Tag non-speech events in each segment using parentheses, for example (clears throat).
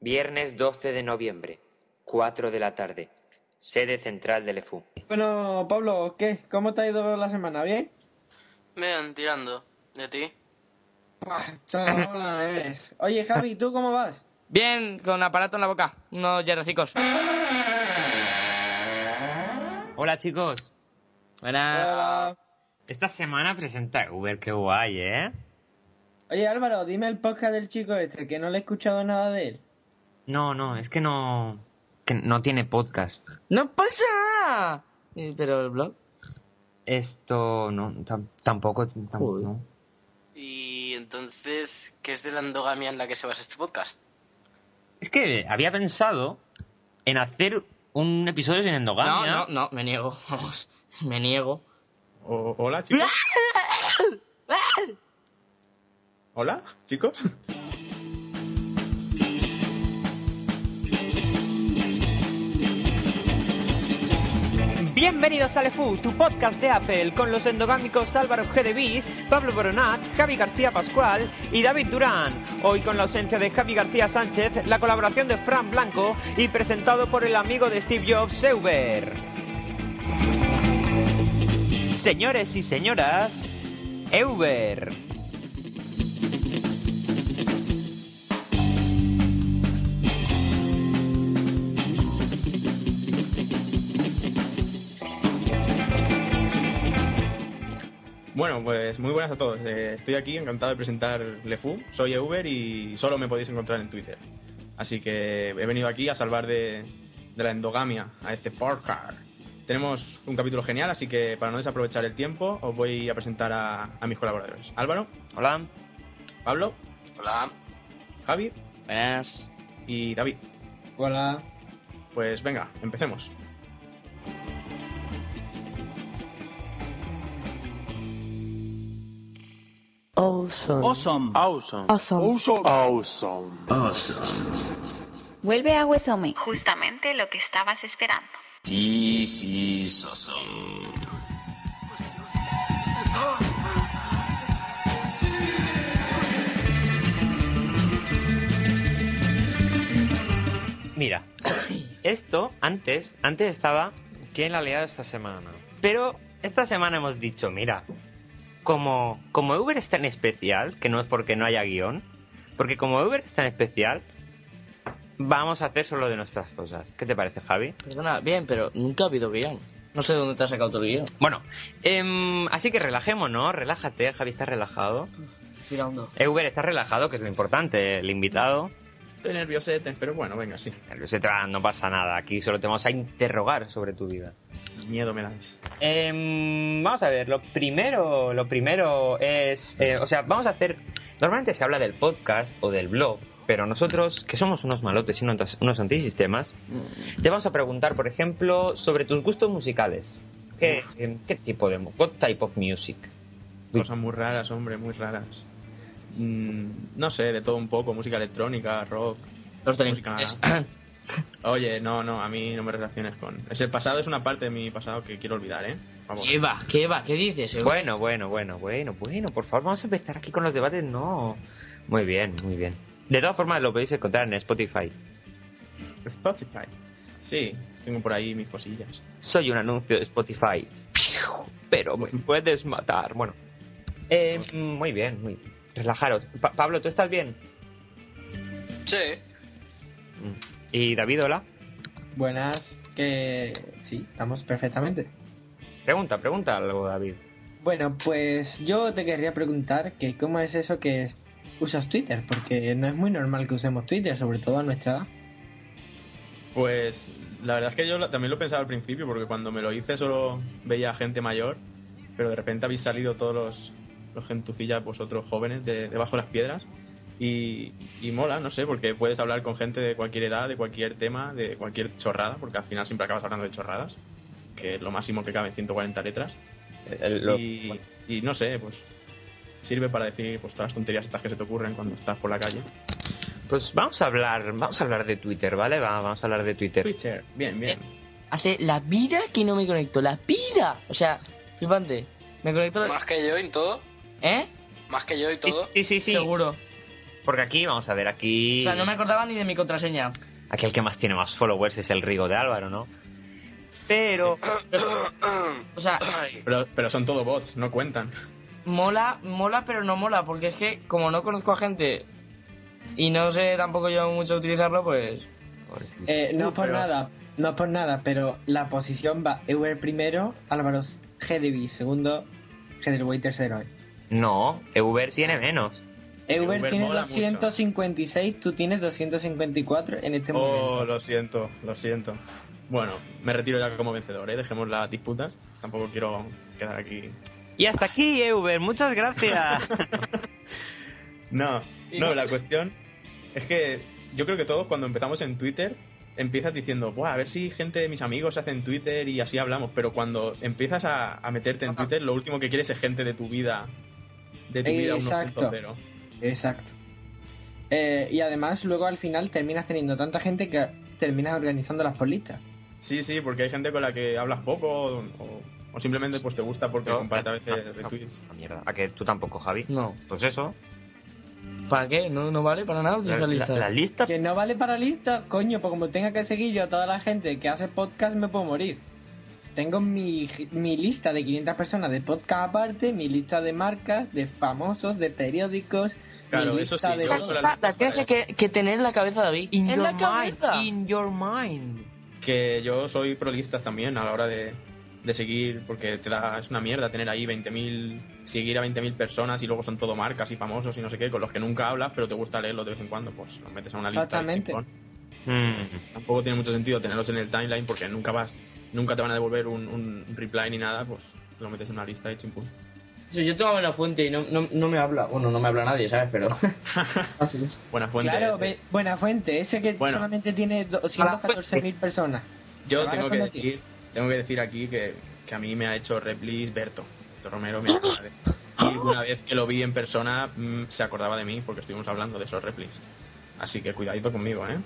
Viernes 12 de noviembre, 4 de la tarde. Sede central del EFU. Bueno, Pablo, ¿qué? ¿Cómo te ha ido la semana? ¿Bien? Bien, tirando. ¿De ti? Buah, chaval, no me ves. Oye, Javi, ¿tú cómo vas? Bien, con aparato en la boca, unos yerrecicos. Hola chicos. Hola. Esta semana presenta Uber, qué guay, ¿eh? Oye, Álvaro, dime el podcast del chico este, que no le he escuchado nada de él. No, no, es que no. Que no tiene podcast. ¡No pasa! nada! Eh, Pero el blog. Esto no, tam- tampoco. tampoco Joder. no. Y entonces, ¿qué es de la endogamia en la que se basa este podcast? Es que había pensado en hacer un episodio sin No, endogamia. no, no, me niego. Vamos, me niego. O- hola, chicos. Hola, chicos. Bienvenidos a LeFou, tu podcast de Apple, con los endogámicos Álvaro G. de Vis, Pablo Boronat, Javi García Pascual y David Durán. Hoy con la ausencia de Javi García Sánchez, la colaboración de Fran Blanco y presentado por el amigo de Steve Jobs, Seuber. Señores y señoras, Euber. Bueno, pues muy buenas a todos. Eh, estoy aquí, encantado de presentar Lefou. Soy Uber y solo me podéis encontrar en Twitter. Así que he venido aquí a salvar de, de la endogamia a este podcast. Tenemos un capítulo genial, así que para no desaprovechar el tiempo, os voy a presentar a, a mis colaboradores. Álvaro, Hola. Pablo, Hola. Javi Buenas. y David. Hola. Pues venga, empecemos. Awesome. Awesome. Awesome. Awesome. Vuelve a Huesome. Justamente lo que estabas esperando. This is awesome. Mira, esto antes, antes estaba ¿Quién la ha liado esta semana? Pero esta semana hemos dicho, mira, como, como Uber es tan especial, que no es porque no haya guión, porque como Uber es tan especial, vamos a hacer solo de nuestras cosas. ¿Qué te parece, Javi? Perdona, bien, pero nunca ha habido guión. No sé de dónde te has sacado tu guión. Bueno, em, así que relajémonos, relájate, Javi está relajado. Eh, Tirando. Uber está relajado, que es lo importante, el invitado. Estoy nerviosete, pero bueno, venga, sí. Se tra- No pasa nada, aquí solo te vamos a interrogar sobre tu vida. Miedo me dais. Em, vamos a ver, lo primero, lo primero es, eh, o sea, vamos a hacer, normalmente se habla del podcast o del blog, pero nosotros, que somos unos malotes y unos, unos antisistemas, te vamos a preguntar, por ejemplo, sobre tus gustos musicales. ¿Qué, em, qué tipo de, mu- what type of music? Cosas muy raras, hombre, muy raras. Mm, no sé, de todo un poco, música electrónica, rock, Los tenéis. música... (coughs) Oye, no, no, a mí no me relaciones con... Ese pasado es una parte de mi pasado que quiero olvidar, ¿eh? Por favor. ¿Qué va? ¿Qué va? ¿Qué dices? eh? (laughs) Bueno, bueno, bueno, bueno, bueno, por favor, vamos a empezar aquí con los debates, no. Muy bien, muy bien. De todas formas, lo podéis encontrar en Spotify. Spotify. Sí, tengo por ahí mis cosillas. soy un anuncio de Spotify. Piu, Pero me puedes matar. Bueno. Eh, muy bien, muy bien. Relajaros. Pa- Pablo, ¿tú estás bien? Sí. Y David, hola. Buenas, que... Sí, estamos Pues perfectamente. Pregunta, pregunta algo, David. Bueno, pues yo te querría preguntar que cómo es eso que es- usas Twitter, porque no es muy normal que usemos Twitter, sobre todo a nuestra edad. Pues la verdad es que yo lo- también lo pensaba al principio, porque cuando me lo hice solo veía gente mayor, pero de repente habéis salido todos los, los gentucillas, vosotros jóvenes, de- debajo de las piedras. Y, y mola, no sé, porque puedes hablar con gente de cualquier edad, de cualquier tema, de cualquier chorrada, porque al final siempre acabas hablando de chorradas, que es lo máximo que cabe en 140 letras. Eh, y, y no sé, pues sirve para decir pues todas las tonterías estas que se te ocurren cuando estás por la calle. Pues vamos a hablar, vamos a hablar de Twitter, ¿vale? Va, vamos a hablar de Twitter. Twitter, bien, bien. Hace la vida que no me conecto. La vida. O sea, flipante. Me conecto. Más que yo y todo. ¿Eh? Más que yo y todo. Sí, sí, sí. Seguro. Porque aquí, vamos a ver, aquí. O sea, no me acordaba ni de mi contraseña. Aquí el que más tiene más followers es el Rigo de Álvaro, ¿no? Pero. O sea, Pero, pero son todo bots, no cuentan. mola, mola, pero no mola, porque es que como no conozco a gente y no sé tampoco yo mucho utilizarlo, pues... Eh, no es por pero- nada, no es por nada, pero la posición va Ewer primero, Álvaro Gedevi segundo, Heatherway tercero. No, Uber tiene menos. Ewer Ewer tiene mola mucho. 256, tú tienes 254 en este Oh, momento. lo siento, lo siento. Bueno, me retiro ya como vencedor, ¿eh? Dejemos las disputas. Tampoco quiero quedar aquí. Y hasta aquí, Uber, muchas gracias. No, no, la cuestión es que yo creo que todos cuando empezamos en Twitter empiezas diciendo, Buah, a ver si gente de mis amigos hacen Twitter y así hablamos, pero cuando empiezas a, a meterte en Twitter, lo último que quieres es gente de tu vida, de tu vida Exacto. 1.0. Exacto. Eh, y además luego al final terminas teniendo tanta gente que terminas organizándolas por listas. Sí, sí, porque hay gente con la que hablas poco o, o- o simplemente pues te gusta porque comparte a veces retweets. (laughs) Ah, mierda. ¿A que tú tampoco, Javi? No. Pues eso. ¿Para qué? No, no vale para nada La, utilizar la- listas. la lista. Que no vale para lista, coño, pues como tenga que seguir yo a toda la gente que hace podcast me puedo morir. Tengo mi, mi lista de 500 personas de podcast aparte, mi lista de marcas, de famosos, de periódicos. Claro, mi eso lista sí, de- yo uso la lista La tienes para que, que tener en la cabeza, David. In en your la mind, cabeza. In your mind. que yo soy prolistas también a la hora de, de seguir, porque te da, es una mierda tener ahí 20.000, seguir a 20.000 personas y luego son todo marcas y famosos y no sé qué, con los que nunca hablas, pero te gusta leerlos de vez en cuando, pues los metes a una lista. y Exactamente. chingón. Mm. Tampoco tiene mucho sentido tenerlos en el timeline porque nunca vas, nunca te van a devolver un, un reply ni nada, pues lo metes en una lista y chimpún. Si yo tengo buena fuente y no, no, no me habla. Bueno, no me habla nadie, ¿sabes? (laughs) Pero... Así. Buena fuente. claro, este. ve- buena fuente, ese que Bueno. solamente tiene 214.000 personas. Yo Ahora tengo que cuando te- decir, tengo que decir aquí que, que a mí me ha hecho replis Berto. Berto Romero me ha hecho una vez. Y una vez que lo vi en persona, mm, se acordaba de mí porque estuvimos hablando de esos replis. Así que cuidadito conmigo, ¿eh?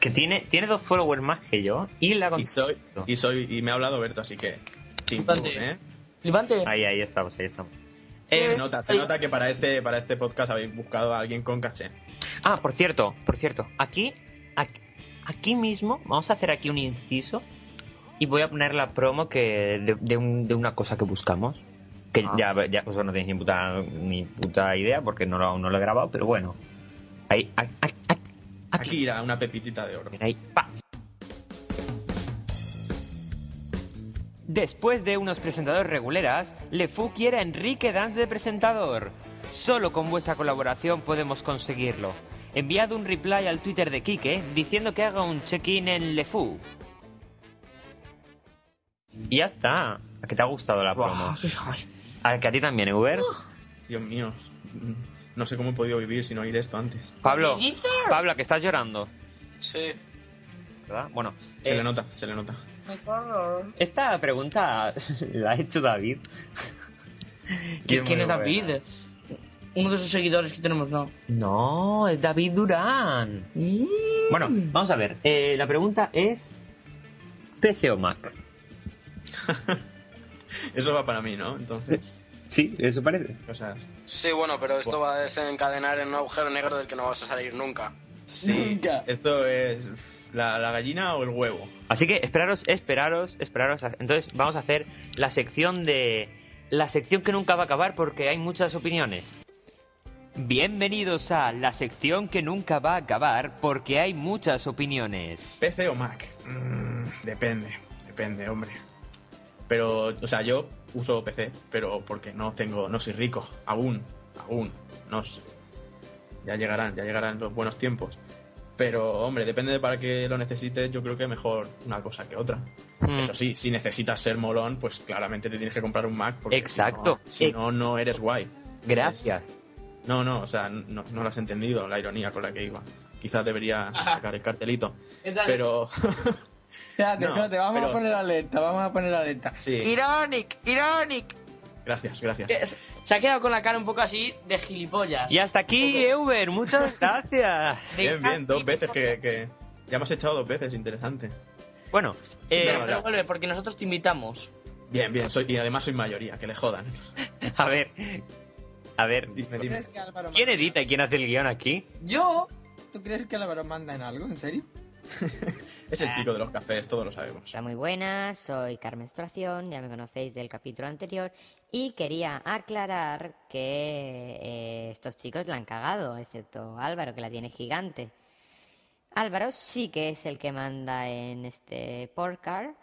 Que tiene, tiene dos followers más que yo. Y la con- Y soy, y soy, y me ha hablado Berto, así que chimpún, Importante. ¿eh? Flipante. Ahí, ahí estamos, ahí estamos. Se Eh, nota, se ahí- nota que para este, para este podcast habéis buscado a alguien con caché. Ah, por cierto, por cierto. Aquí, aquí, aquí mismo, vamos a hacer aquí un inciso. Y voy a poner la promo que de, de un- de una cosa que buscamos. Que ya, ya pues, no tenéis ni puta, ni puta idea porque no lo, no lo he grabado, pero bueno. Ahí, a- a- a- Aquí irá una pepitita de oro. ahí, pa. Después de unos presentadores reguleras, Le Fou quiere a Enrique Danz de presentador. Solo con vuestra colaboración podemos conseguirlo. Enviad un reply al Twitter de Quique diciendo que haga un check-in en Le Fou. Y ya está. A que te ha gustado la promo. A que a ti también, Uber. Dios mío, mm, no sé cómo he podido vivir sin oír esto antes. Pablo, Pablo, que estás llorando. Sí. ¿Verdad? Bueno. Se eh, le nota, se le nota. Esta pregunta (laughs) la ha hecho (laughs) David. ¿Qui- ¿Quién es David? Uno de sus seguidores que tenemos, ¿no? No, es David Durán. Mm. Bueno, vamos a ver. eh, la pregunta es PC o Mac. Eso va para mí, ¿no? Entonces, Sí, eso parece. cosas. Sí, bueno, pero esto va a desencadenar en un agujero negro del que no vas a salir nunca. Sí, Nunca. esto es la, la gallina o el huevo. Así que esperaros, esperaros, esperaros. a- Entonces vamos a hacer la sección de la sección que nunca va a acabar porque hay muchas opiniones. Bienvenidos a la sección que nunca va a acabar porque hay muchas opiniones. ¿PC o Mac? Mm, depende, depende, hombre. Pero, o sea, yo uso PC, pero porque no tengo, no soy rico, aún, aún, no sé. Ya llegarán, ya llegarán los buenos tiempos. Pero, hombre, depende de para qué lo necesites, yo creo que mejor una cosa que otra. Mm, Eso sí, si necesitas ser molón, pues claramente te tienes que comprar un Mac. Porque si Exacto. no- Si no, no eres guay. Gracias. No, no, o sea, no, no lo has entendido, la ironía con la que iba. Quizás debería sacar el cartelito. Pero. (laughs) Espérate, No, espérate, vamos pero- a poner alerta, vamos a poner alerta. sí, Ironic, ironic. gracias, gracias. Que se- Se ha quedado con la cara un poco así de gilipollas. Y hasta aquí, Uber. Muchas gracias. De- Bien, bien, Ah, dos veces sí, que. que- Ya me has echado dos veces, interesante. Bueno, eh, Pero, No, pero no. vuelve, porque nosotros te invitamos. Bien, bien, soy, y además soy mayoría, que le jodan. a ver. A ver, (laughs) Dime, ¿Tú dime. crees que Álvaro ¿quién manda edita y quién hace el guión aquí? en algo? Yo. ¿Tú crees que Álvaro manda en algo? ¿En serio? Es el chico de los cafés, todos lo sabemos. Hola, muy buenas, soy Carmen Stración, ya me conocéis del capítulo anterior, y quería aclarar que eh, estos chicos la han cagado, excepto Álvaro, que la tiene gigante. Álvaro sí que es el que manda en este porcar,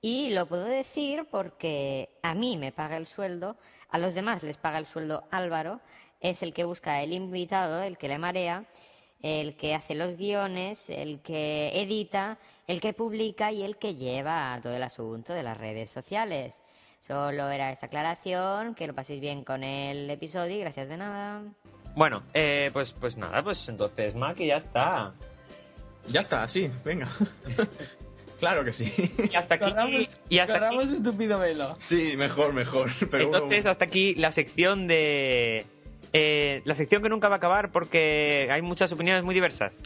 y lo puedo decir porque a mí me paga el sueldo, a los demás les paga el sueldo Álvaro, es el que busca el invitado, el que le marea, el que hace los guiones, el que edita, el que publica y el que lleva todo el asunto de las redes sociales. Solo era esta aclaración, que lo paséis bien con el episodio y gracias de nada. Bueno, eh, pues, pues nada, pues entonces, Mac, y ya está. Ya está, sí, venga. (laughs) claro que sí. (laughs) Y hasta aquí. Corramos, y hasta aquí- corramos un tupido velo. Sí, mejor, mejor. Pero bueno, Entonces, hasta aquí la sección de. eh, la sección que nunca va a acabar porque hay muchas opiniones muy diversas.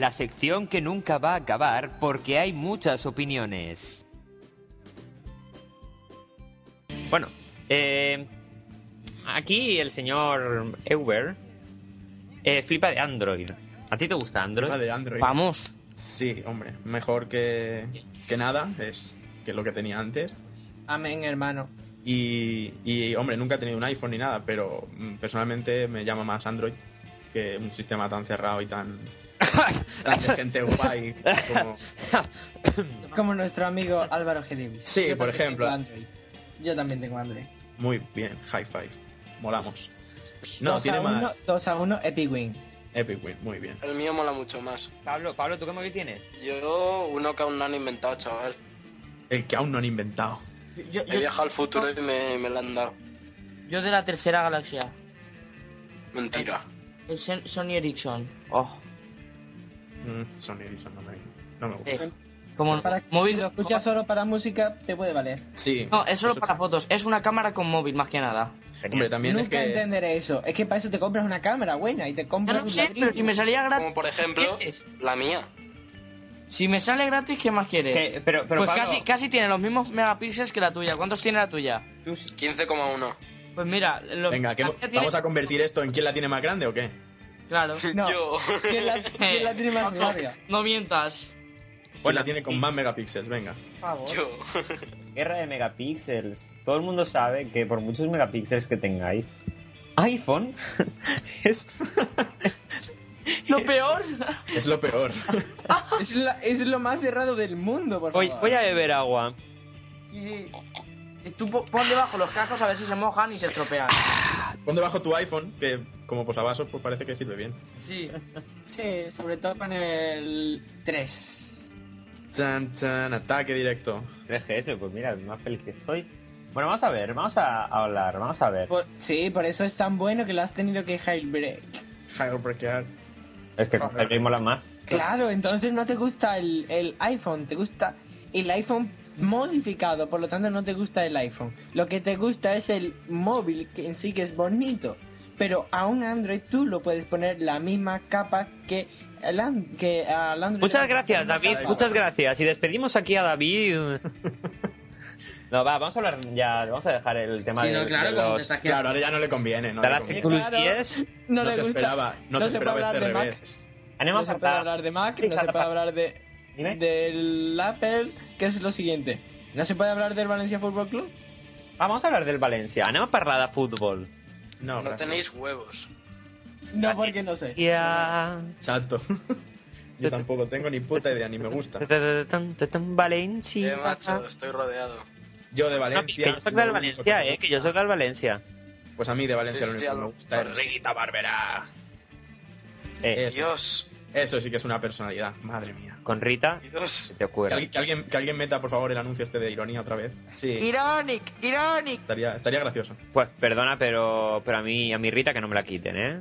La sección que nunca va a acabar porque hay muchas opiniones. Bueno, eh, aquí el señor Euber eh, flipa de Android. ¿A ti te gusta Android? tema de Android. Vamos. Sí, hombre, mejor que, que nada, es que lo que tenía antes. Amén, hermano. Y, y, hombre, nunca he tenido un iPhone ni nada, pero mm, personalmente me llama más Android que un sistema tan cerrado y (laughs) tan. tan de gente guay como. Como nuestro amigo Álvaro G. Davis. Sí, Yo por también ejemplo. tengo Android. Yo también tengo Android. Muy bien, high five. Molamos. No, Dos tiene a uno- más. dos a 1, Epic Win. Epic Win, muy bien. El mío mola mucho más. Pablo, Pablo, ¿tú qué móvil tienes? Yo, uno que aún no han inventado, chaval. El que aún no han inventado. Yo, He yo, viajado al futuro y me, me lo han dado. yo de la tercera galaxia, Mentira. el Sen- Sony Ericsson. Oh, Mm, Sony Ericsson no me, no me gusta. eh, como Para que móvil si lo escuchas solo para música, te puede valer. Sí. No, es solo eso para sí. fotos, es una cámara con móvil más que nada. Hombre, también es Nunca que. entenderé eso. Es que para eso te compras una cámara buena y te Ya compras no un sé, ladrillo. pero si me salía gratis. Como por ejemplo, ¿qué quieres? la mía. Si me sale gratis, ¿qué más quieres? Eh, pero, pero pues Pablo, casi, casi tiene los mismos megapíxeles que la tuya. ¿Cuántos tiene la tuya? 15,1. Pues mira, los Venga, ¿qué- la mía tiene- ¿vamos a convertir esto en quién la tiene más grande o qué? (laughs) Claro. No. Yo. ¿Quién la, quién la tiene más larga? No mientas. Pues la tiene con más megapíxeles, venga. Yo. guerra de megapíxeles. Todo el mundo sabe que por muchos megapíxeles que tengáis, iPhone (laughs) es. (laughs) Lo peor. Es lo peor. (laughs) (laughs) Es, la- es lo más cerrado del mundo, por Voy, favor. voy a beber agua. sí, sí. Y Tú po- pon debajo los cascos a ver si se mojan y se estropean. Pon debajo tu iPhone, que como posavasos, pues parece que sirve bien. Sí. Sí, sobre todo con el 3. Chan, chan, ataque directo. 3GS, pues mira, más feliz que estoy. Bueno, vamos a ver, vamos a a hablar, vamos a ver. Por- sí, por eso es tan bueno que lo has tenido que jailbreak. Jailbreakear. Es que con Jaime mola más. Claro, entonces no te gusta el, el iPhone, te gusta el iPhone modificado, por lo tanto no te gusta el iPhone. Lo que te gusta es el móvil que en sí que es bonito, pero a un Android tú lo puedes poner la misma capa que el an- que al Android. Muchas gracias, David, David. muchas gracias. Y despedimos aquí a David. No, va, vamos a hablar ya, vamos a dejar el tema Sí, de, no, claro, de como los- te está- Claro, ahora ya no le conviene, no de le las conviene. tecnologías. No, No le se gusta. esperaba, no se esperaba puede este hablar de Mac. revés. Anem a No se puede apartar. hablar de Mac, no se puede hablar de Dime. del Apple, que es lo siguiente. No se puede hablar del Valencia Fútbol Club. Vamos a hablar del Valencia. Anem a parlar de futbol. No, No gracias. tenéis huevos. No, porque no sé. Ya. Exacto. (laughs) Yo tampoco tengo ni puta idea, ni me gusta. Eh, Valencia. macho, estoy rodeado. Yo No, que de Eh, Valencia. yo soy del lo único Valencia, me eh, que yo soy gusta- del Valencia. Pues a mí de Valencia Sí, sí, lo único que algo. me gusta es Rita Barbera. Eh, Eso, Dios. eso sí que es una personalidad, madre mía. con Rita, Dios. te Que, acuerdas. alguien- que alguien, que alguien meta, por favor, el anuncio este de ironía otra vez. Sí, Ironic, ironic. estaría, estaría gracioso. Pues perdona, pero, pero a mí a mi Rita que no me la quiten, ¿eh?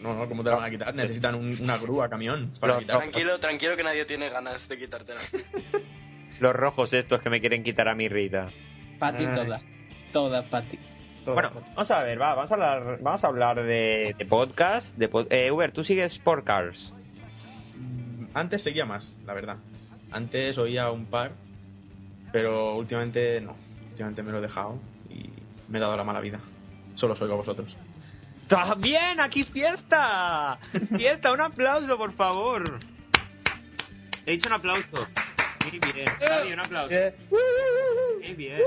No, no, ¿cómo te la van a quitar? Necesitan un- una grúa, camión, para Los- quitar. Tranquilo, tranquilo que nadie tiene ganas de quitártela. Los rojos estos que me quieren quitar a mi Rita. Pati Ay. todas. Todas, Pati. Todo. Bueno, vamos a ver, va, vamos a hablar, vamos a hablar de, de podcast, de pod- eh, Uber, tú sigues por Cars. Mm, Antes seguía más, la verdad. Antes oía un par, pero últimamente no. Últimamente me lo he dejado y me he dado la mala vida. Solo soy a vosotros. ¡También! ¡Aquí fiesta! ¡Fiesta! ¡Un aplauso, por favor! He dicho un aplauso. Muy bien. Javi, un aplauso. Muy bien.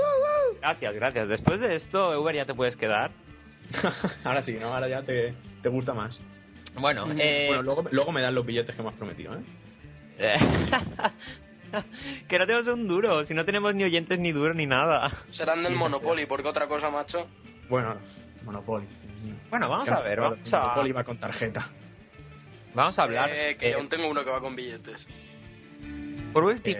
Gracias, gracias. Después de esto, Uber, ya te puedes quedar. (laughs) (laughs) ahora sí, ¿no? Ahora ya te, te gusta más. Bueno, eh, Bueno, luego, luego me dan los billetes que me has prometido, ¿eh? que no tenemos un duro. Si no tenemos ni oyentes, ni duro, ni nada. Serán del Monopoly, porque otra cosa, macho. Bueno, Monopoly. Bueno, vamos Ya, a ver. claro, Vamos a, Monopoly va con tarjeta. vamos a hablar. Eh, que eh, yo aún tengo uno que va con billetes. Por último,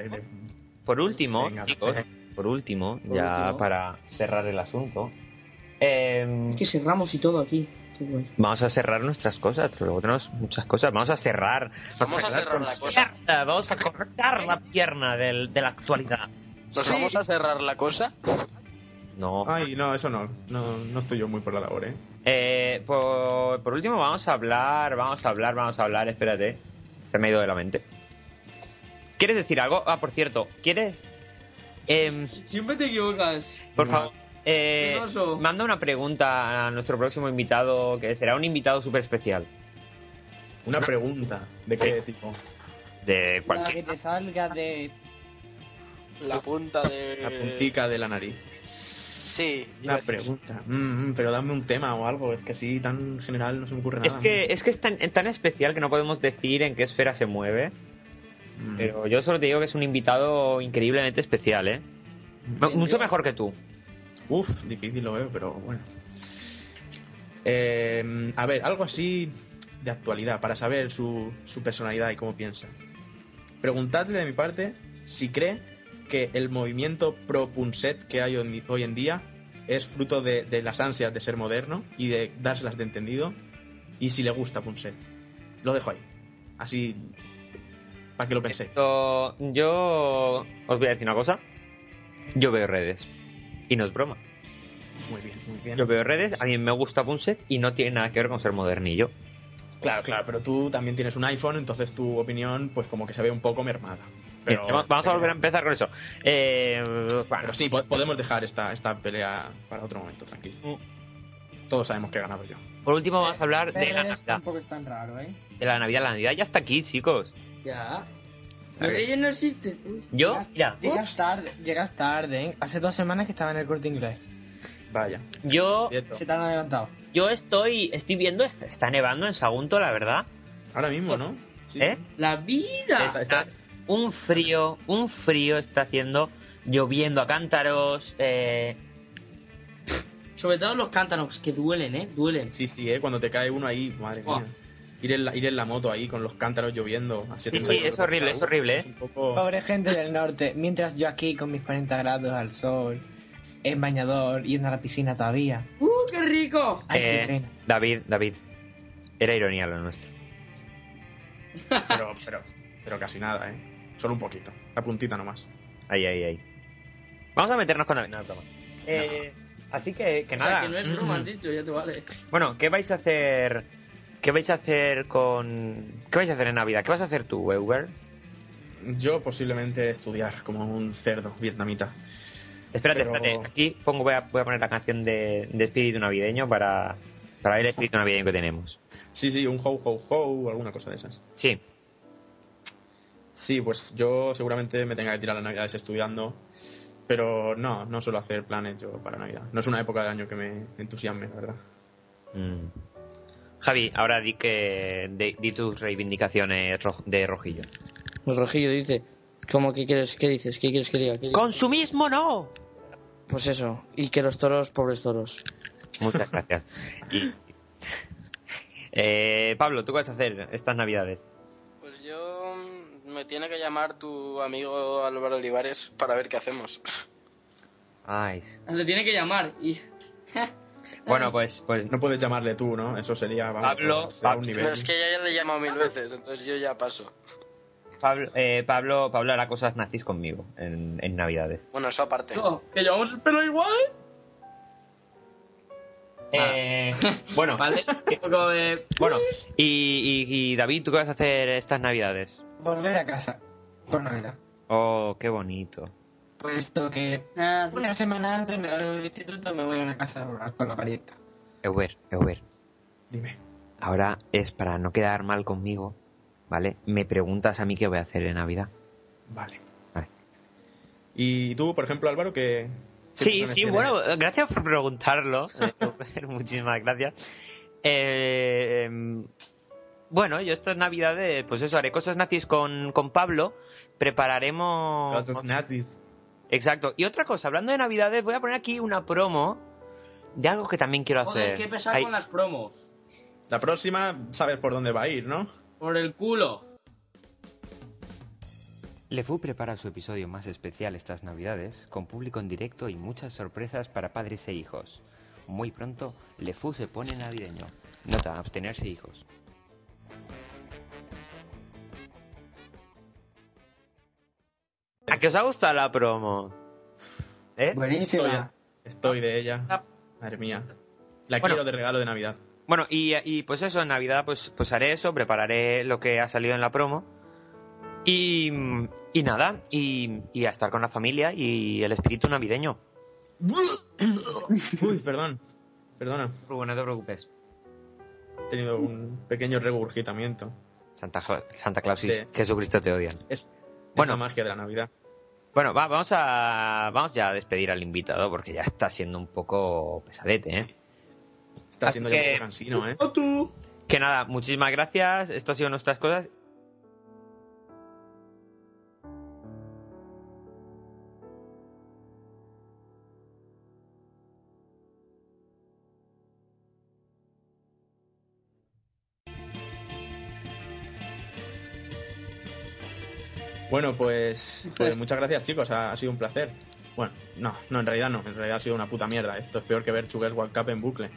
por último, Eh, Venga, chicos, por último, Por ya último. para cerrar el asunto, eh, Es que cerramos y todo aquí. Qué guay. vamos a cerrar nuestras cosas, porque luego tenemos muchas cosas. Vamos a cerrar. Vamos a cerrar con la cosa. mierda, Vamos a cortar la pierna del- de la actualidad. ¿Nos vamos a cerrar la cosa? No. Ay, no, eso no. No, no estoy yo muy por la labor, ¿eh? Eh, por, por último, vamos a hablar, vamos a hablar, vamos a hablar. Espérate, se me ha ido de la mente. ¿Quieres decir algo? Ah, por cierto, ¿quieres? em, Siempre te equivocas. Por No. favor. eh, Penoso. manda una pregunta a nuestro próximo invitado, que será un invitado súper especial. Una pregunta. ¿De Eh. qué tipo? De La que cualquier. te salga de. La punta Eh. de... La puntica de la nariz. Sí. Una pregunta. Mm, mm, pero dame un tema o algo. Es que así tan general no se me ocurre nada. Es que, es que es tan, tan especial que no podemos decir en qué esfera se mueve. Mm. Pero yo solo te digo que es un invitado increíblemente especial, ¿eh? No, Bien, Mucho bien. mejor que tú. Uf, difícil lo veo, pero bueno. Eh, a ver, algo así de actualidad, para saber su, su personalidad y cómo piensa. Preguntadle de mi parte si cree que el movimiento pro punset que hay hoy hoy en día es fruto de, de las ansias de ser moderno y de dárselas de entendido y si le gusta punset. Lo dejo ahí. Así, para que Eh, lo penséis. Esto- yo os voy a decir una cosa. Yo veo redes. Y no es broma. Muy bien, muy bien. Yo veo redes, a mí me gusta Punset y no tiene nada que ver con ser modernillo. Claro, claro, pero tú también tienes un iPhone, entonces tu opinión, pues como que se ve un poco mermada. Pero, Bien, vamos a volver a empezar con eso. Eh, bueno, Pero sí, po- podemos dejar esta, esta pelea para otro momento, tranquilo. Todos sabemos que he ganado yo. Por último vamos a hablar de la Verdes Navidad. tampoco es tan raro, ¿eh? De la Navidad, la Navidad ya está aquí, chicos. Ya. A ver. Reyes no existe. Uy. Yo, Llegas- mira, Llegas tarde, llegas tarde, ¿eh? Hace dos semanas que estaba en el corte inglés. Vaya. yo, Cierto. Se te han adelantado. yo estoy, estoy viendo, est- está, nevando en Sagunto, la verdad. Ahora mismo, ¿no? Sí. ¿Eh? La vida. Está- está- Un frío, un frío está haciendo, lloviendo a cántaros. eh, Sobre todo los cántanos, que duelen, ¿eh? Duelen. sí, sí, ¿eh? cuando te cae uno ahí, madre Buah. mía. Ir en, la, ir en la moto ahí con los cántaros lloviendo. a siete Sí, sí, metros es de horrible, altura, es horrible, es ¿eh? un poco- Pobre gente del norte, mientras yo aquí con mis 40 grados al sol, en bañador, yendo a la piscina todavía. ¡Uh, qué rico! Ay, qué eh, pena. David, David, era ironía lo nuestro. Pero, pero, pero casi nada, ¿eh? Solo un poquito. La puntita nomás. Ahí, ahí, ahí. Vamos a meternos con la... No, es broma. Eh, Así que, que O nada. Mm. sea, que no es broma, has dicho, ya te vale. Bueno, ¿qué vais a hacer? ¿Qué vais a hacer con... ¿Qué vais a hacer en Navidad? ¿Qué vas a hacer tú, Uber? Yo posiblemente estudiar como un cerdo vietnamita. Espérate, Pero- espérate. Aquí pongo, voy, a, voy a poner la canción de, de espíritu navideño para, para ver el espíritu navideño que tenemos. Sí, sí, un ho, ho, ho, alguna cosa de esas. Sí. Sí, pues yo seguramente me tenga que tirar las navidades estudiando, pero no, no suelo hacer planes yo para Navidad. No es una época del año que me entusiasme, la verdad. Mm. Javi, ahora di que de- di tus reivindicaciones roj- de rojillo. El rojillo dice, ¿cómo que quieres? ¿Qué dices? ¿Qué quieres que diga? ¿Qué diga? ¡Consumismo no! Pues eso, y que los toros, pobres toros. Muchas gracias. Y- Eh, Pablo, ¿tú qué vas a hacer estas Navidades? Pues yo... mm, Me tiene que llamar tu amigo Álvaro Olivares para ver qué hacemos. Ay. Le tiene que llamar y... Bueno, pues, pues No puedes llamarle tú, ¿no? Eso sería, vamos, Pablo, será Pablo. un nivel. Pero es que ya, ya le he llamado mil veces, entonces yo ya paso. Pablo, eh, Pablo, Pablo hará cosas nazis conmigo en, en Navidades. Bueno, eso aparte. No, que llevamos el pelo igual. Eh, bueno, Vale, un poco de... bueno. Y, y- y, David, ¿tú qué vas a hacer estas Navidades? Volver a casa. Por Navidad. Oh, qué bonito. puesto que ah, una semana antes me voy al instituto me voy a una casa rural con la parienta. Ewer, Ewer. Dime. Ahora es para no quedar mal conmigo, ¿vale? Me preguntas a mí qué voy a hacer de Navidad. Vale. Vale. ¿Y tú, por ejemplo, Álvaro, que... Sí, sí, bueno, gracias por (laughs) preguntarlo. Ewer, Eh, Muchísimas gracias. Eh, em, bueno, yo estas navidades, pues eso, haré cosas nazis con, con Pablo. Prepararemos... Cosas nazis. Exacto. Y otra cosa, hablando de navidades, voy a poner aquí una promo de algo que también quiero hacer. Joder, qué pesar Ahí. con las promos. La próxima sabes por dónde va a ir, ¿no? Por el culo. LeFou prepara su episodio más especial estas navidades, con público en directo y muchas sorpresas para padres e hijos. Muy pronto, LeFou se pone navideño. Nota, abstenerse hijos. ¿A qué os ha gustado la promo? ¿Eh? Buenísima. Estoy de ella. Madre mía. La Ah. Bueno. quiero de regalo de Navidad. Bueno, y, y pues eso, en Navidad pues, pues haré eso, prepararé lo que ha salido en la promo. Y, y nada, y, y a estar con la familia y el espíritu navideño. Uy, perdón. Perdona. Rubén, no te preocupes. He tenido un pequeño regurgitamiento. Santa, Jo- Santa Claus y Sí. Jesucristo te odian. Es, es Bueno. la magia de la Navidad. Bueno, va, vamos a vamos ya a despedir al invitado porque ya está siendo un poco pesadete, ¿eh? Está Así siendo ya un que- poco cansino, ¿eh? Que nada, muchísimas gracias. Esto ha sido nuestras cosas. Bueno, pues, pues muchas gracias, chicos. Ha, ha sido un placer. Bueno, no, no, en realidad no. En realidad ha sido una puta mierda. Esto es peor que ver Sugar World Cup en bucle.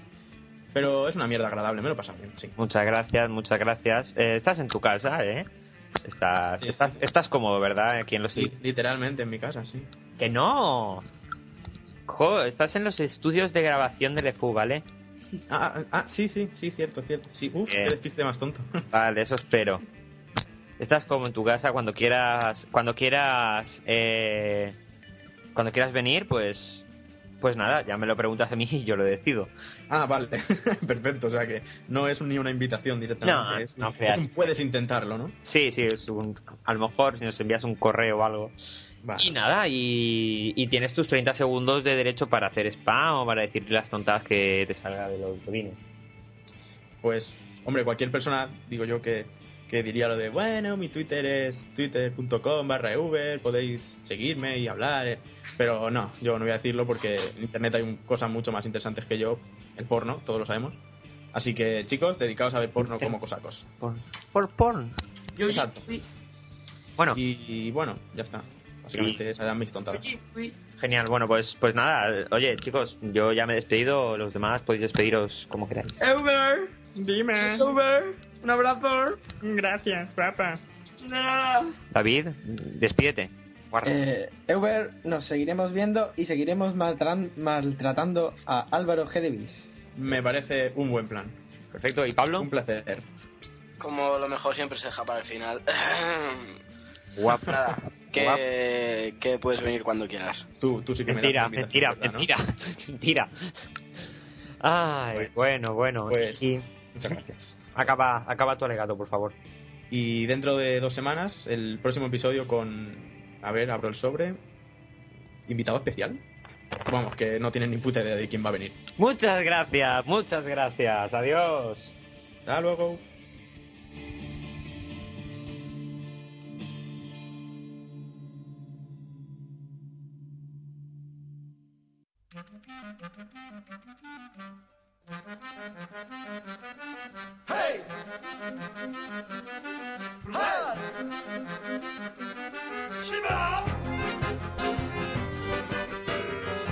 Pero es una mierda agradable, me lo he pasado bien, sí. Muchas gracias, muchas gracias. Eh, estás en tu casa, ¿eh? Estás, Sí, sí, estás, sí. estás cómodo, ¿verdad? Aquí en los Li- Literalmente en mi casa, sí. Que no. Jo, estás en los estudios de grabación de LeFou, ¿vale? Ah, ah, ah, sí, sí, sí, cierto, cierto. Sí, uf, Bien. qué despiste más tonto. Vale, eso espero. Estás como en tu casa cuando quieras, cuando quieras, eh, cuando quieras venir, pues, pues nada, ya me lo preguntas a mí y yo lo decido. Ah, vale. (laughs) Perfecto, o sea que no es ni una invitación directamente. No, es, no es un creas. puedes intentarlo, ¿no? Sí, sí, es un- a lo mejor si nos envías un correo o algo. Vale. Y nada, y, y tienes tus 30 segundos de derecho para hacer spam o para decir las tontadas que te salga de los bobines. Pues, hombre, cualquier persona, digo yo, que, que diría lo de, bueno, mi Twitter es twitter.com barra Uber, podéis seguirme y hablar. eh". Pero no, yo no voy a decirlo porque en Internet hay un- cosas mucho más interesantes que yo, el porno, todos lo sabemos. Así que, chicos, dedicaos a ver porno como cosacos. Porn. For porn. Yo Exacto. fui, Bueno, Y, bueno, ya está. Básicamente esas eran mis tontadas. yo fui. Genial, bueno, pues, pues nada, oye chicos, yo ya me he despedido, los demás podéis despediros como queráis. Ever, Dime. Ever, un abrazo. Gracias, papá. Nada. David, despídete. Guarda. Eh, Ever, nos seguiremos viendo y seguiremos maltran- maltratando a Álvaro G. Davis. Me parece un buen plan. Perfecto, ¿y Pablo? Un placer. Como lo mejor siempre se deja para el final. (clears throat) Guapo. Nada, que, que puedes venir cuando quieras. Tú, tú sí que Mentira, me das tu mentira, invitación, ¿verdad, no? mentira, mentira. (laughs) Ay, bueno, bueno. Pues, Y muchas gracias. acaba, acaba tu alegato, por favor. Y dentro de dos semanas, el próximo episodio con. A ver, abro el sobre. Invitado especial. Vamos, que no tienen ni puta idea de quién va a venir. Muchas gracias, muchas gracias. Adiós. Hasta luego.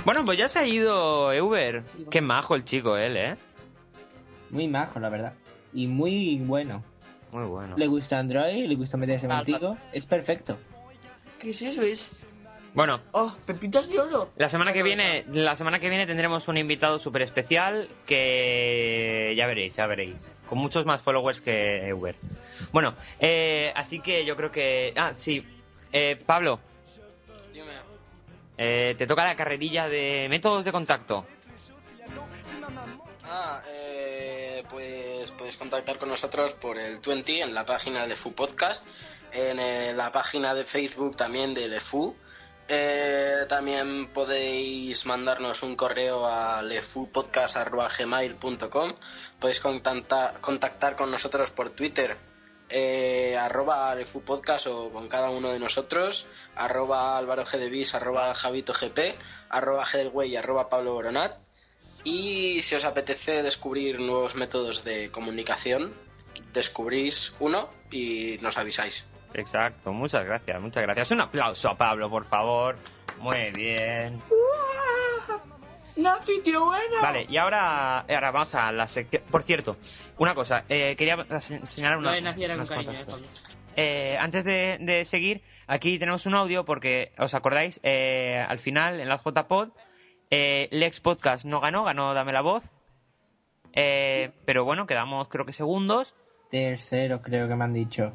Bueno, pues ya se ha ido Euber. Qué majo el chico él, ¿eh? Muy majo, la verdad. Y muy bueno. Muy bueno. Le gusta Android, le gusta meterse contigo. Es perfecto. ¿Qué es eso? Es. Bueno, Oh, pepitas de oro. La semana que viene, la semana que viene tendremos un invitado súper especial que ya veréis, ya veréis. Con muchos más followers que Uber. Bueno, eh, así que yo creo que... Ah, sí. Eh, Pablo, Dime. Eh, te toca la carrerilla de métodos de contacto. Ah, eh, pues puedes contactar con nosotros por el 20 en la página de FU Podcast, en eh, la página de Facebook también de LeFu. Eh, también podéis mandarnos un correo a lefupodcast.gmail.com. Podéis contacta- contactar con nosotros por Twitter, eh, arroba lefupodcast o con cada uno de nosotros, arroba Álvaro G. de Vis, arroba Javito GP, arroba G del Güey, arroba Pablo Boronat. Y si os apetece descubrir nuevos métodos de comunicación, descubrís uno y nos avisáis. Exacto, muchas gracias, muchas gracias. Un aplauso a Pablo, por favor. Muy bien. ¡No, sitio bueno! Vale, y ahora, ahora vamos a la sección. Por cierto, una cosa, eh, quería se- señalar una. Lo de Nazi era con unas cariño, cuantas eh, cosas. Pablo. Eh, antes de, de seguir, aquí tenemos un audio porque, ¿os acordáis? Eh, al final, en la JPod, eh, Lex Podcast no ganó, ganó Dame la Voz. Eh, pero bueno, quedamos creo que segundos. Tercero, creo que me han dicho.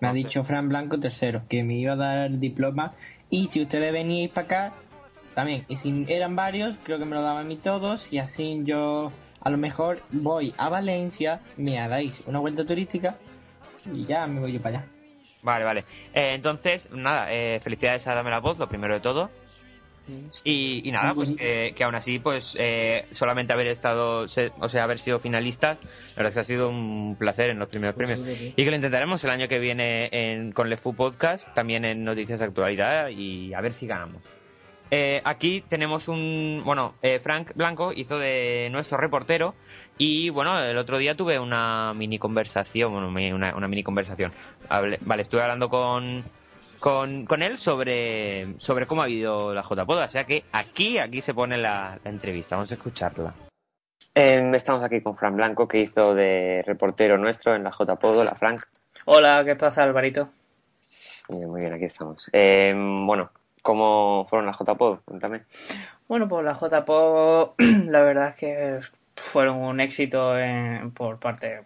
Me ha dicho Fran Blanco tercero, que me iba a dar el diploma. Y si ustedes veníais para acá, también. Y si eran varios, creo que me lo daban a mí todos. Y así yo, a lo mejor, voy a Valencia, me dais una vuelta turística y ya me voy yo para allá. Vale, vale. Eh, entonces, nada, eh, felicidades a Dame la Voz, lo primero de todo. Y, y nada, Muy pues bonito. que, que aún así, pues eh, solamente haber estado, se- o sea, haber sido finalistas, la verdad es que ha sido un placer en los primeros Pues premios. Y que lo intentaremos el año que viene en, con LeFu Podcast, también en Noticias de Actualidad, y a ver si ganamos. Eh, aquí tenemos un. Bueno, eh, Frank Blanco hizo de nuestro reportero. Y bueno, el otro día tuve una mini conversación. Bueno, mi- una, una mini conversación. Hablé- vale, estuve hablando con, con, con él sobre, sobre cómo ha habido la JPOD. O sea que aquí, aquí se pone la, la entrevista. Vamos a escucharla. Em, estamos aquí con Frank Blanco, que hizo de reportero nuestro en la JPOD. Hola, Frank. Hola, ¿qué pasa, Alvarito? Bien, Muy bien, aquí estamos. Em, bueno, ¿cómo fueron las JPOD? Cuéntame. Bueno, pues la JPO, (clears throat) la verdad es que fueron un éxito en- por parte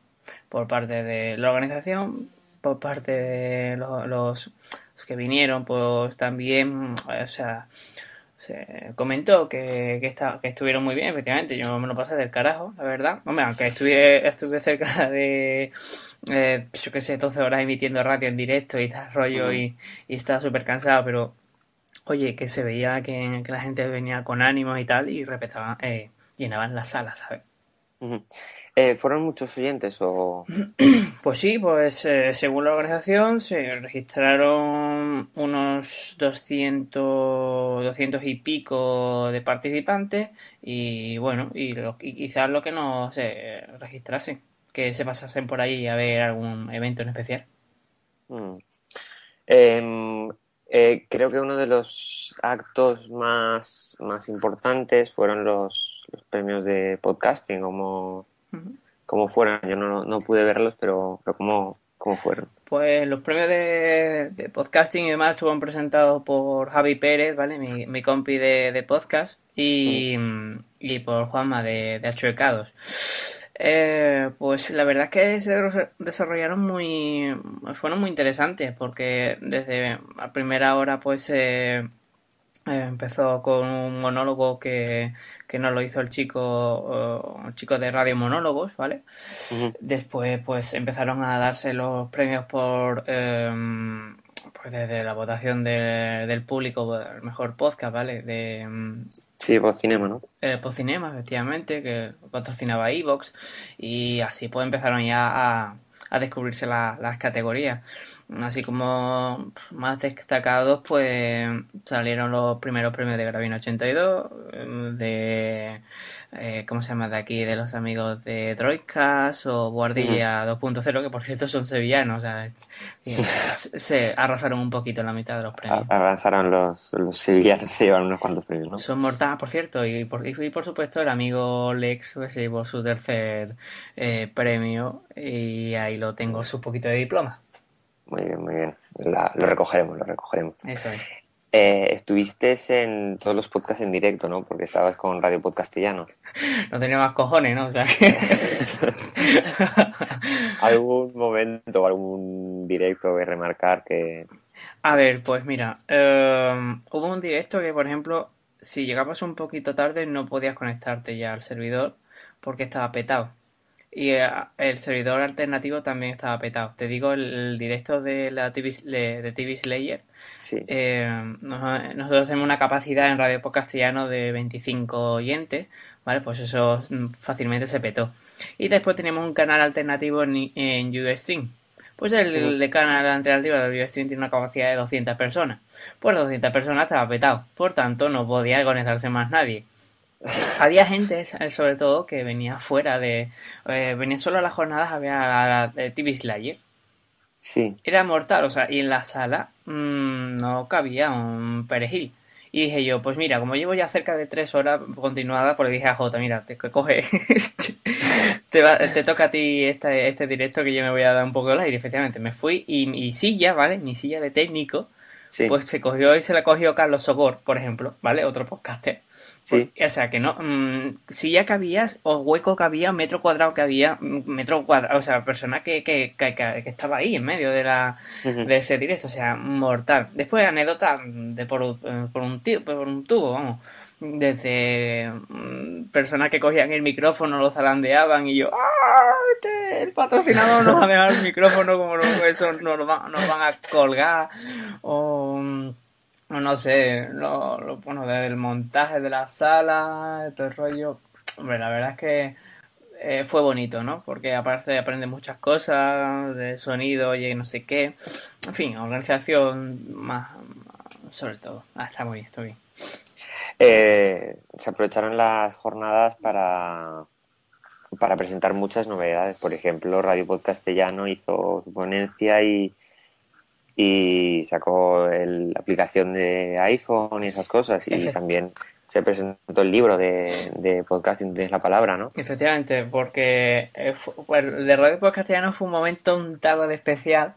por parte de la organización, por parte de lo- los, los que vinieron, pues también, o sea, se comentó que, que, esta- que estuvieron muy bien, efectivamente. Yo me lo pasé del carajo, la verdad. Hombre, aunque estuve, estuve cerca de, eh, yo qué sé, 12 horas emitiendo radio en directo y tal rollo Ujú. y, y estaba súper cansado, pero oye, que se veía que, que la gente venía con ánimos y tal y respetaban, eh, llenaban la sala, ¿sabes? Eh, ¿Fueron muchos oyentes o...? Pues sí, pues eh, según la organización se registraron unos 200, 200 y pico de participantes y bueno, y, lo- y quizás lo que no se registrasen, que se pasasen por ahí a ver algún evento en especial. Mm. Em, eh, creo que uno de los actos más, más importantes fueron los, los premios de podcasting, como, como fueron. Yo no, no pude verlos, pero, pero como, como fueron. Pues los premios de, de podcasting y demás estuvieron presentados por Javi Pérez, ¿vale? Mi, mi compi de, de podcast y, y por Juanma de, de Achuecados. Eh, pues la verdad es que se des- desarrollaron muy... fueron muy interesantes porque desde la primera hora pues... eh, eh, empezó con un monólogo que, que nos lo hizo el chico, eh, un chico de Radio Monólogos, ¿vale? Después, pues empezaron a darse los premios por. em, pues desde la votación del- del público, el mejor podcast, ¿vale? De, em, Sí, Podcinema, ¿no? el Pocinema, efectivamente, que patrocinaba Evox. Y así pues empezaron ya a, a descubrirse la- las categorías. Así como más destacados, pues salieron los primeros premios de Gravina 82, em, de. eh, ¿Cómo se llama? De aquí, de los amigos de Droidcast o Guardilla 2.0, que por cierto son sevillanos. O sea, es- se- se arrasaron un poquito en la mitad de los premios. A- Avanzaron los, los sevillanos, se llevaron unos cuantos premios, ¿no? Son mortales, por cierto, y por, y por supuesto el amigo Lex que se llevó su tercer eh, premio y ahí lo tengo, su poquito de diploma. Muy bien, muy bien. La- lo recogeremos, lo recogeremos. Eso es. Eh, estuviste en todos los podcasts en directo, ¿no? Porque estabas con Radio Podcastellano. No tenía más cojones, ¿no? O sea que... ¿Algún momento, algún directo que remarcar que... (laughs) A ver, pues mira, eh, hubo un directo que, por ejemplo, si llegabas un poquito tarde no podías conectarte ya al servidor porque estaba petado. Y eh, el servidor alternativo también estaba petado. Te digo, el, el directo de la TV, le- de TV Slayer, eh, nos- nosotros tenemos una capacidad en Radio Podcast Castellano de 25 oyentes, ¿vale? Pues eso mm, fácilmente se petó. Y después tenemos un canal alternativo en, en Ustream. Pues el, Ujú. de canal alternativo de Ustream tiene una capacidad de 200 personas. Pues 200 personas estaba petado. Por tanto, no podía conectarse más nadie. Había gente, eh, sobre todo, que venía fuera de... eh, venía solo a las jornadas, había a la, de TV Slayer. Sí. Era mortal, o sea, y en la sala mm, no cabía un perejil. Y dije yo, pues mira, como llevo ya cerca de tres horas continuadas, pues le dije a Jota, mira, te co- coge, (laughs) te, va- te toca a ti este, este directo que yo me voy a dar un poco al aire, efectivamente. Me fui y mi silla, ¿vale? Mi silla de técnico, pues se cogió y se la cogió Carlos Sogor, por ejemplo, ¿vale? Otro podcaster. Pues, Sí. O sea, que no, mm, silla que había, o hueco que había, metro cuadrado que había, mm, metro cuadrado, o sea, persona que, que, que, que- que estaba ahí en medio de la Ujú. de ese directo, o sea, mortal. Después anécdota mm, de por, eh, por un tío, por un tubo, vamos. Desde mm, personas que cogían el micrófono, lo zarandeaban y yo, ¡ah! Que el patrocinador nos ha dejado el micrófono como lo- eso nos, lo van, nos van a colgar. O, mm, o no sé, lo, lo- bueno, del montaje de la sala, de todo el rollo. Hombre, la verdad es que eh, fue bonito, ¿no? Porque aparte aprende muchas cosas de sonido y no sé qué. En fin, organización más, sobre todo. Ah, está muy bien, está bien. Eh, se aprovecharon las jornadas para, para presentar muchas novedades. Por ejemplo, Radio Podcastellano hizo su ponencia y, y sacó el- la aplicación de iPhone y esas cosas. Y Efe- también se presentó el libro de, de podcasting, tienes la palabra, ¿no? Efectivamente, porque eh, fu- bueno, el de Radio Podcast Castellano fue un momento un tal de especial,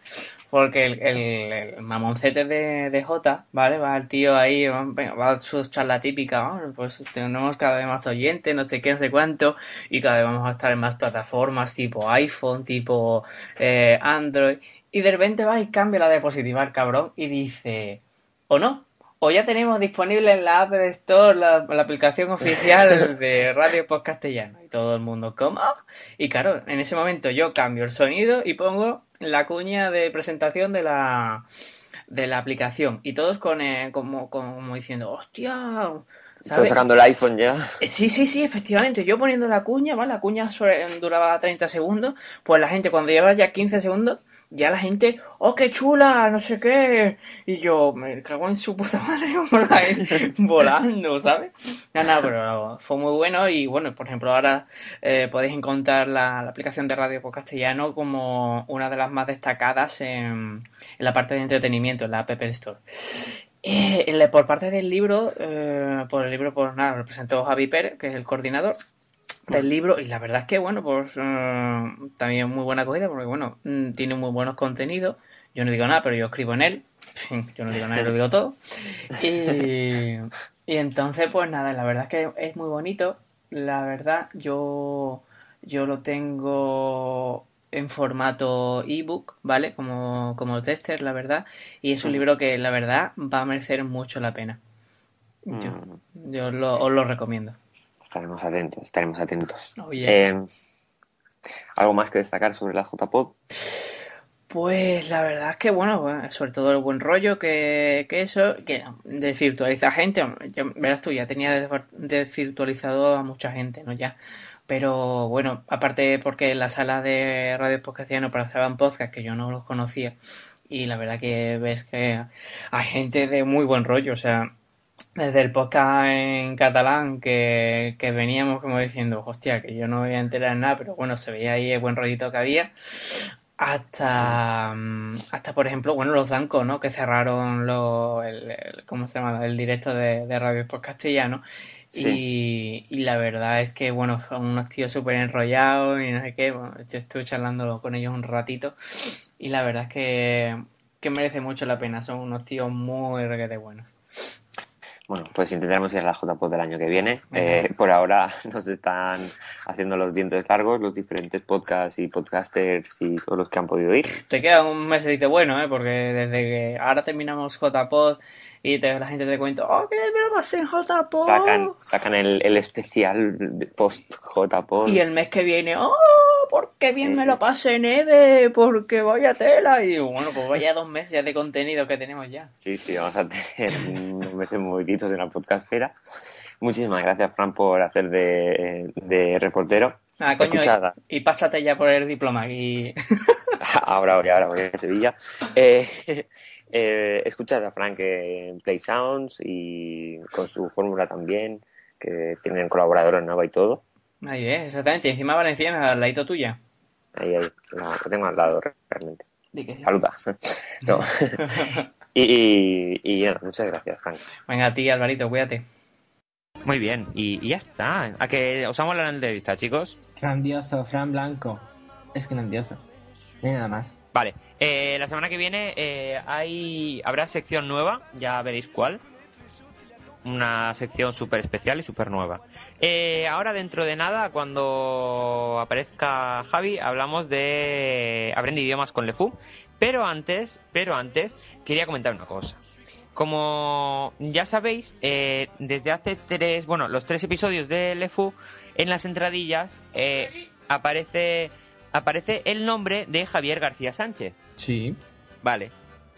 porque el, el- el mamoncete de, de Jota, ¿vale? Va el tío ahí, va, venga, va a su charla típica, "Ah, pues tenemos cada vez más oyentes, no sé qué, no sé cuánto, y cada vez vamos a estar en más plataformas tipo iPhone, tipo eh, Android, y de repente va y cambia la diapositiva el cabrón y dice, ¿o no? O ya tenemos disponible en la App Store la, la aplicación oficial de Radio Post Castellano. Y todo el mundo, ¿cómo? Y claro, en ese momento yo cambio el sonido y pongo la cuña de presentación de la, de la aplicación. Y todos con, eh, como, como diciendo, ¡hostia! Están ¿sabes? sacando el iPhone ya. Eh, Sí, sí, sí, efectivamente. Yo poniendo la cuña, ¿vale? La cuña sobre- duraba 30 segundos. Pues la gente, cuando lleva ya 15 segundos, ya la gente, ¡oh, qué chula! No sé qué. Y yo, me cago en su puta madre, (laughs) por ahí, volando, ¿sabes? No, no, pero fue muy bueno. Y bueno, por ejemplo, ahora eh, podéis encontrar la, la aplicación de Radio por Castellano como una de las más destacadas en, en la parte de entretenimiento, en la App Store. Eh, en la- por parte del libro, eh, por el libro, pues nada, lo presentó Javi Pérez, que es el coordinador del libro, y la verdad es que, bueno, pues eh, también muy buena acogida, porque, bueno, mm, tiene muy buenos contenidos. Yo no digo nada, pero yo escribo en él. (laughs) Yo no digo nada, yo lo digo todo. Y, y entonces, pues nada, la verdad es que es muy bonito. La verdad, yo, yo lo tengo en formato ebook, ¿vale? Como, como tester, la verdad. Y es un Ujú. libro que, la verdad, va a merecer mucho la pena. Yo, Mm. yo lo- os lo recomiendo. Estaremos atentos, estaremos atentos. Oh, yeah. Eh, ¿Algo más que destacar sobre la JPod? Pues la verdad es que, bueno, bueno, eh, sobre todo el buen rollo que, que eso, que desvirtualiza gente. Yo- verás tú, ya tenía desvir- desvirtualizado a mucha gente, ¿no? Ya. Pero bueno, aparte porque en la sala de Radio Podcastiano pasaban podcast que yo no los conocía. Y la verdad que ves que hay gente de muy buen rollo, o sea, desde el podcast en catalán que, que veníamos como diciendo, hostia, que yo no me voy a enterar de nada, pero bueno, se veía ahí el buen rollito que había. Hasta, mm, hasta por ejemplo, bueno, los Dancos, ¿no? Que cerraron los, el, el- ¿cómo se llama? El directo de, de Radio Sport Castellano. Y, y la verdad es que, bueno, son unos tíos súper enrollados y no sé qué. Bueno, yo estuve charlándolo con ellos un ratito. Y la verdad es que, que merece mucho la pena. Son unos tíos muy requete buenos. Bueno, pues intentaremos ir a la JPOD del año que viene. Eh, (laughs) por ahora nos están haciendo los dientes largos los diferentes podcasts y podcasters y todos los que han podido ir. Te queda un mesecito bueno, ¿eh? Porque desde que ahora terminamos JPod y te- la gente te cuenta, oh, que me lo pasé en JPod. Sacan, sacan el, el especial post JPOD. Y el mes que viene, oh, porque bien me lo pasé en EVE, porque vaya tela. Y digo, bueno, pues vaya dos meses ya de contenido que tenemos ya. Sí, sí, vamos a tener unos meses moviditos en la podcastera. Muchísimas gracias, Fran, por hacer de, de reportero. Ah, coño, Escuchada. y, y pásate ya por el diploma. Y... (laughs) Ahora voy, ahora voy a Sevilla. Eh, (laughs) eh, escuchad a Frank en Play Sounds y con su fórmula también, que tienen colaboradores nuevos y todo. Ahí es, exactamente. Y encima valenciana, al ladito tuya. Ahí, ahí, la que tengo al lado re- realmente. Di que sí. (laughs) Saluda. No. y y, y, nada, muchas gracias, Frank. Venga, a ti, Alvarito, cuídate. Muy bien, y, y ya está. A que os amo la entrevista, chicos. Grandioso, Fran Blanco. Es grandioso. No hay nada más. Vale, eh, la semana que viene eh, hay habrá sección nueva, ya veréis cuál. Una sección súper especial y súper nueva. Eh, ahora, dentro de nada, cuando aparezca Javi, hablamos de Aprende idiomas con Lefou. Pero antes, pero antes, quería comentar una cosa. Como ya sabéis, eh, desde hace tres, bueno, los tres episodios de Lefu, en las entradillas eh, aparece, aparece el nombre de Javier García Sánchez. Sí. Vale.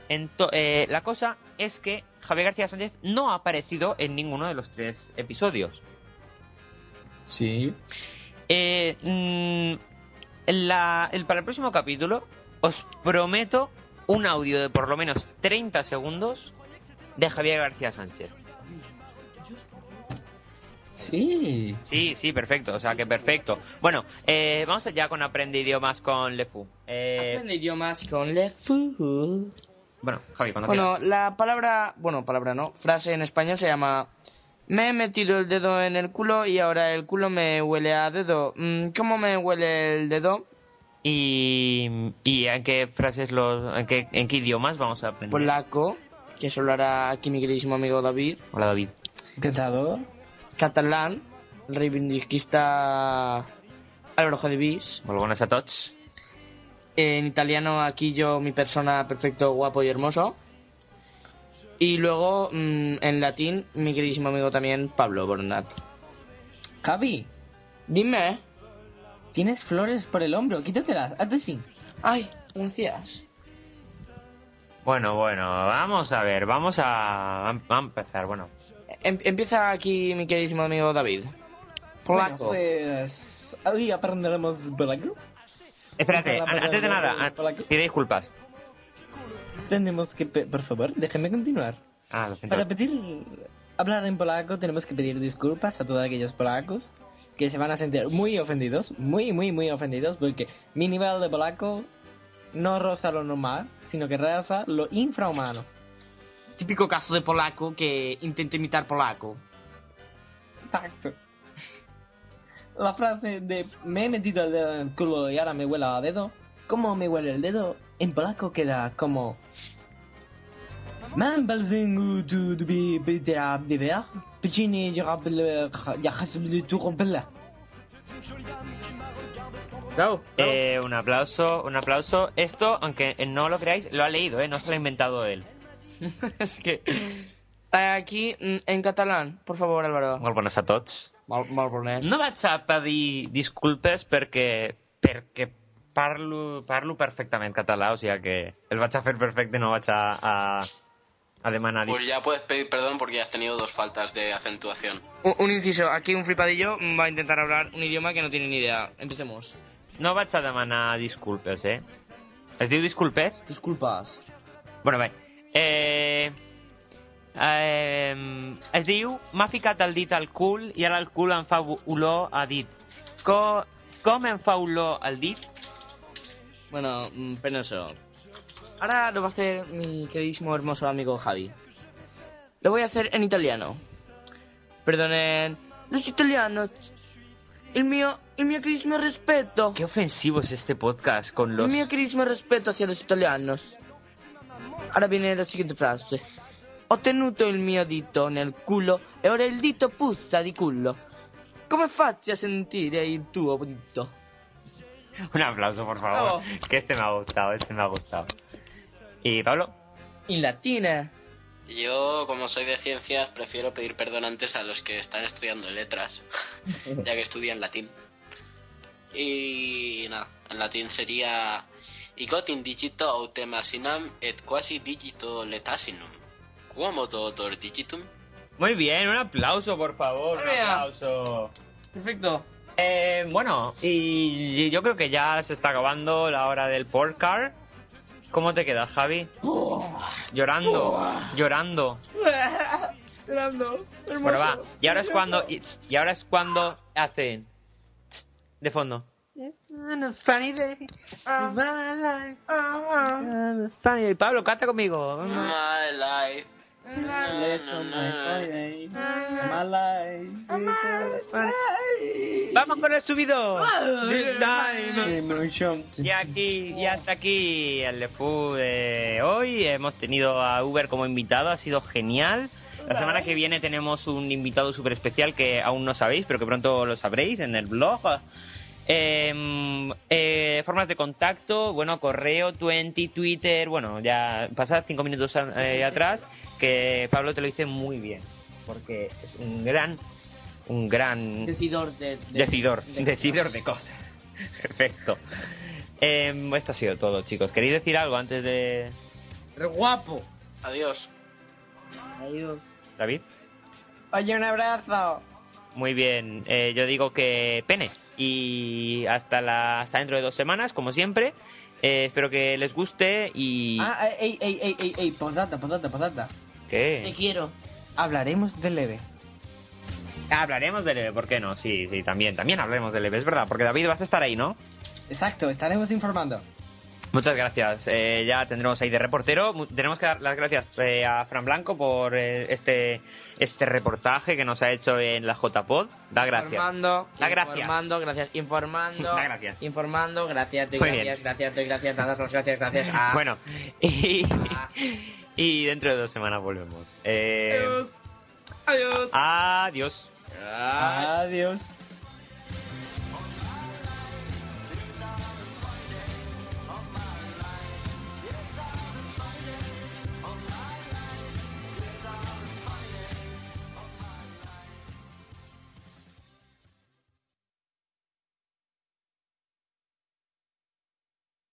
Ento- eh, la cosa es que Javier García Sánchez no ha aparecido en ninguno de los tres episodios. Sí. Eh, mm, la- el, para el próximo capítulo os prometo un audio de por lo menos 30 segundos de Javier García Sánchez. Sí. Sí, sí, perfecto. O sea, que perfecto. Bueno, eh, vamos allá con Aprende Idiomas con Lefu. Eh, Aprende idiomas con Lefu. bueno, Javi, cuando Bueno, quieras. la palabra, bueno, palabra no, frase en español se llama Me he metido el dedo en el culo y ahora el culo me huele a dedo. Mm, ¿Cómo me huele el dedo? ¿Y, y en qué frases, los, en, qué, en qué idiomas vamos a Pues aprender? Polaco, que eso lo hará aquí mi queridísimo amigo David. Hola, David. Encantador. Catalán, el reivindiquista Álvaro Jodevís. Volgones a tots. En italiano, aquí yo, mi persona perfecto, guapo y hermoso. Y luego, mm, en latín, mi queridísimo amigo también, Pablo Bornat. Javi, Dime, tienes flores por el hombro. Quítatelas. Hazte sí. Ay, gracias. Bueno, bueno, vamos a ver, vamos a, vam- a empezar. Bueno, Em- empieza aquí mi queridísimo amigo David. Polaco. pues. Hoy aprenderemos polaco. espérate, an- antes de nada, an- pide disculpas. Tenemos que. pe- Por favor, déjeme continuar. Ah, lo siento. Para pedir. Hablar en polaco, tenemos que pedir disculpas a todos aquellos polacos que se van a sentir muy ofendidos. Muy, muy, muy ofendidos. Porque mi nivel de polaco no roza lo normal, sino que roza lo infrahumano. Típico caso de polaco que intenta imitar polaco. Exacto. La frase de me he metido el dedo en el culo y ahora me huele a dedo. ¿Cómo me huele el dedo? En polaco queda como. Mam balzingu tu dubi pita biber, pichini yagable yagasble tu rompela. Eh, un aplauso, un aplauso. Esto, aunque no lo creáis, lo ha leído, ¿eh? No se lo ha inventado él. (laughs) es que. Aquí, mm, en catalán, por favor, Álvaro. Molt bones a tots. Molt, molt bonès. No vaig a pedir disculpes perquè, perquè parlo, parlo perfectament català, o sigui que el vaig a fer perfecte, no vaig a, a, a demanar Pues ya puedes pedir perdón porque ya has tenido dos faltas de acentuación. Un, un inciso, aquí un flipadillo mm, va a intentar hablar un idioma que no tiene ni idea. Empecemos. No vaig a demanar disculpes, eh? Es diu disculpes? Disculpas. Bueno, bé. Eh, eh, es diu... M'ha ficat el dit al cul i ara el cul em fa olor a dit. Co, com em fa olor el dit? Bueno, mm, penoso. Ahora lo va a hacer mi queridísimo hermoso amigo Javi. Lo voy a hacer en italiano. Perdonen. Los italianos. El mío, el mío queridísimo respeto. Qué ofensivo es este podcast con El los... mío queridísimo respeto hacia los italianos. Ahora viene la siguiente frase. ho tenuto il mio dito nel culo e ora il dito puzza di culo. Come faccio a sentire il tuo dito? Un aplauso, por favor. Que este me ha gustado, este me ha gustado. ¿Y Pablo? In latine. Yo, como soy de ciencias, prefiero pedir perdón antes a los que están estudiando letras, ya que estudian latín. Y nada, en latín sería Igot in digito autemasinam et quasi digito letasinum. Quomo totor digitum? Muy bien, un aplauso, por favor. Un aplauso. Perfecto. Eh, bueno, y y yo creo que ya se está acabando la hora del podcast. ¿Cómo te quedas, Javi? Llorando, llorando. Llorando. Bueno, va. Y ahora es cuando, y, y ahora es cuando hacen de fondo. Funny day. Ah. Fanny y Pablo, canta conmigo. My life. Vamos con el subido. Y aquí, y hasta aquí el de Fu de hoy. Hemos tenido a Uber como invitado, ha sido genial. La semana que viene tenemos un invitado súper especial que aún no sabéis, pero que pronto lo sabréis en el blog. Eh, eh, formas de contacto, bueno, correo, 20, Twitter, bueno, ya pasad cinco minutos eh, atrás, que Pablo te lo dice muy bien, porque es un gran, un gran Decidor de... de- decidor, decidor de cosas. Perfecto. Eh, esto ha sido todo, chicos. ¿Queréis decir algo antes de guapo. Adiós. Adiós. David? Oye, un abrazo. Muy bien, eh, yo digo que pene. Y hasta la hasta dentro de dos semanas, como siempre. Eh, espero que les guste y... Ah, ey, ey, ey, ey, ey, postdata, postdata, postdata. ¿Qué? quiero. Hablaremos de leve. Hablaremos del EVE, ¿por qué no? Sí, sí, también, también hablaremos del EVE, es verdad, porque David vas a estar ahí, ¿no? Exacto, estaremos informando. Muchas gracias, eh, ya tendremos ahí de reportero. Mu- Tenemos que dar las gracias eh, a Fran Blanco por eh, este, este reportaje que nos ha hecho en la JPod. Da gracias. Informando, Da gracias. informando, gracias, (laughs) informando, Da gracias. informando, gracias, doy Muy gracias, bien. gracias, doy gracias, dadas las gracias, gracias a... Bueno, (laughs) y, y dentro de dos semanas volvemos. Eh, Adiós. adiós. Adiós.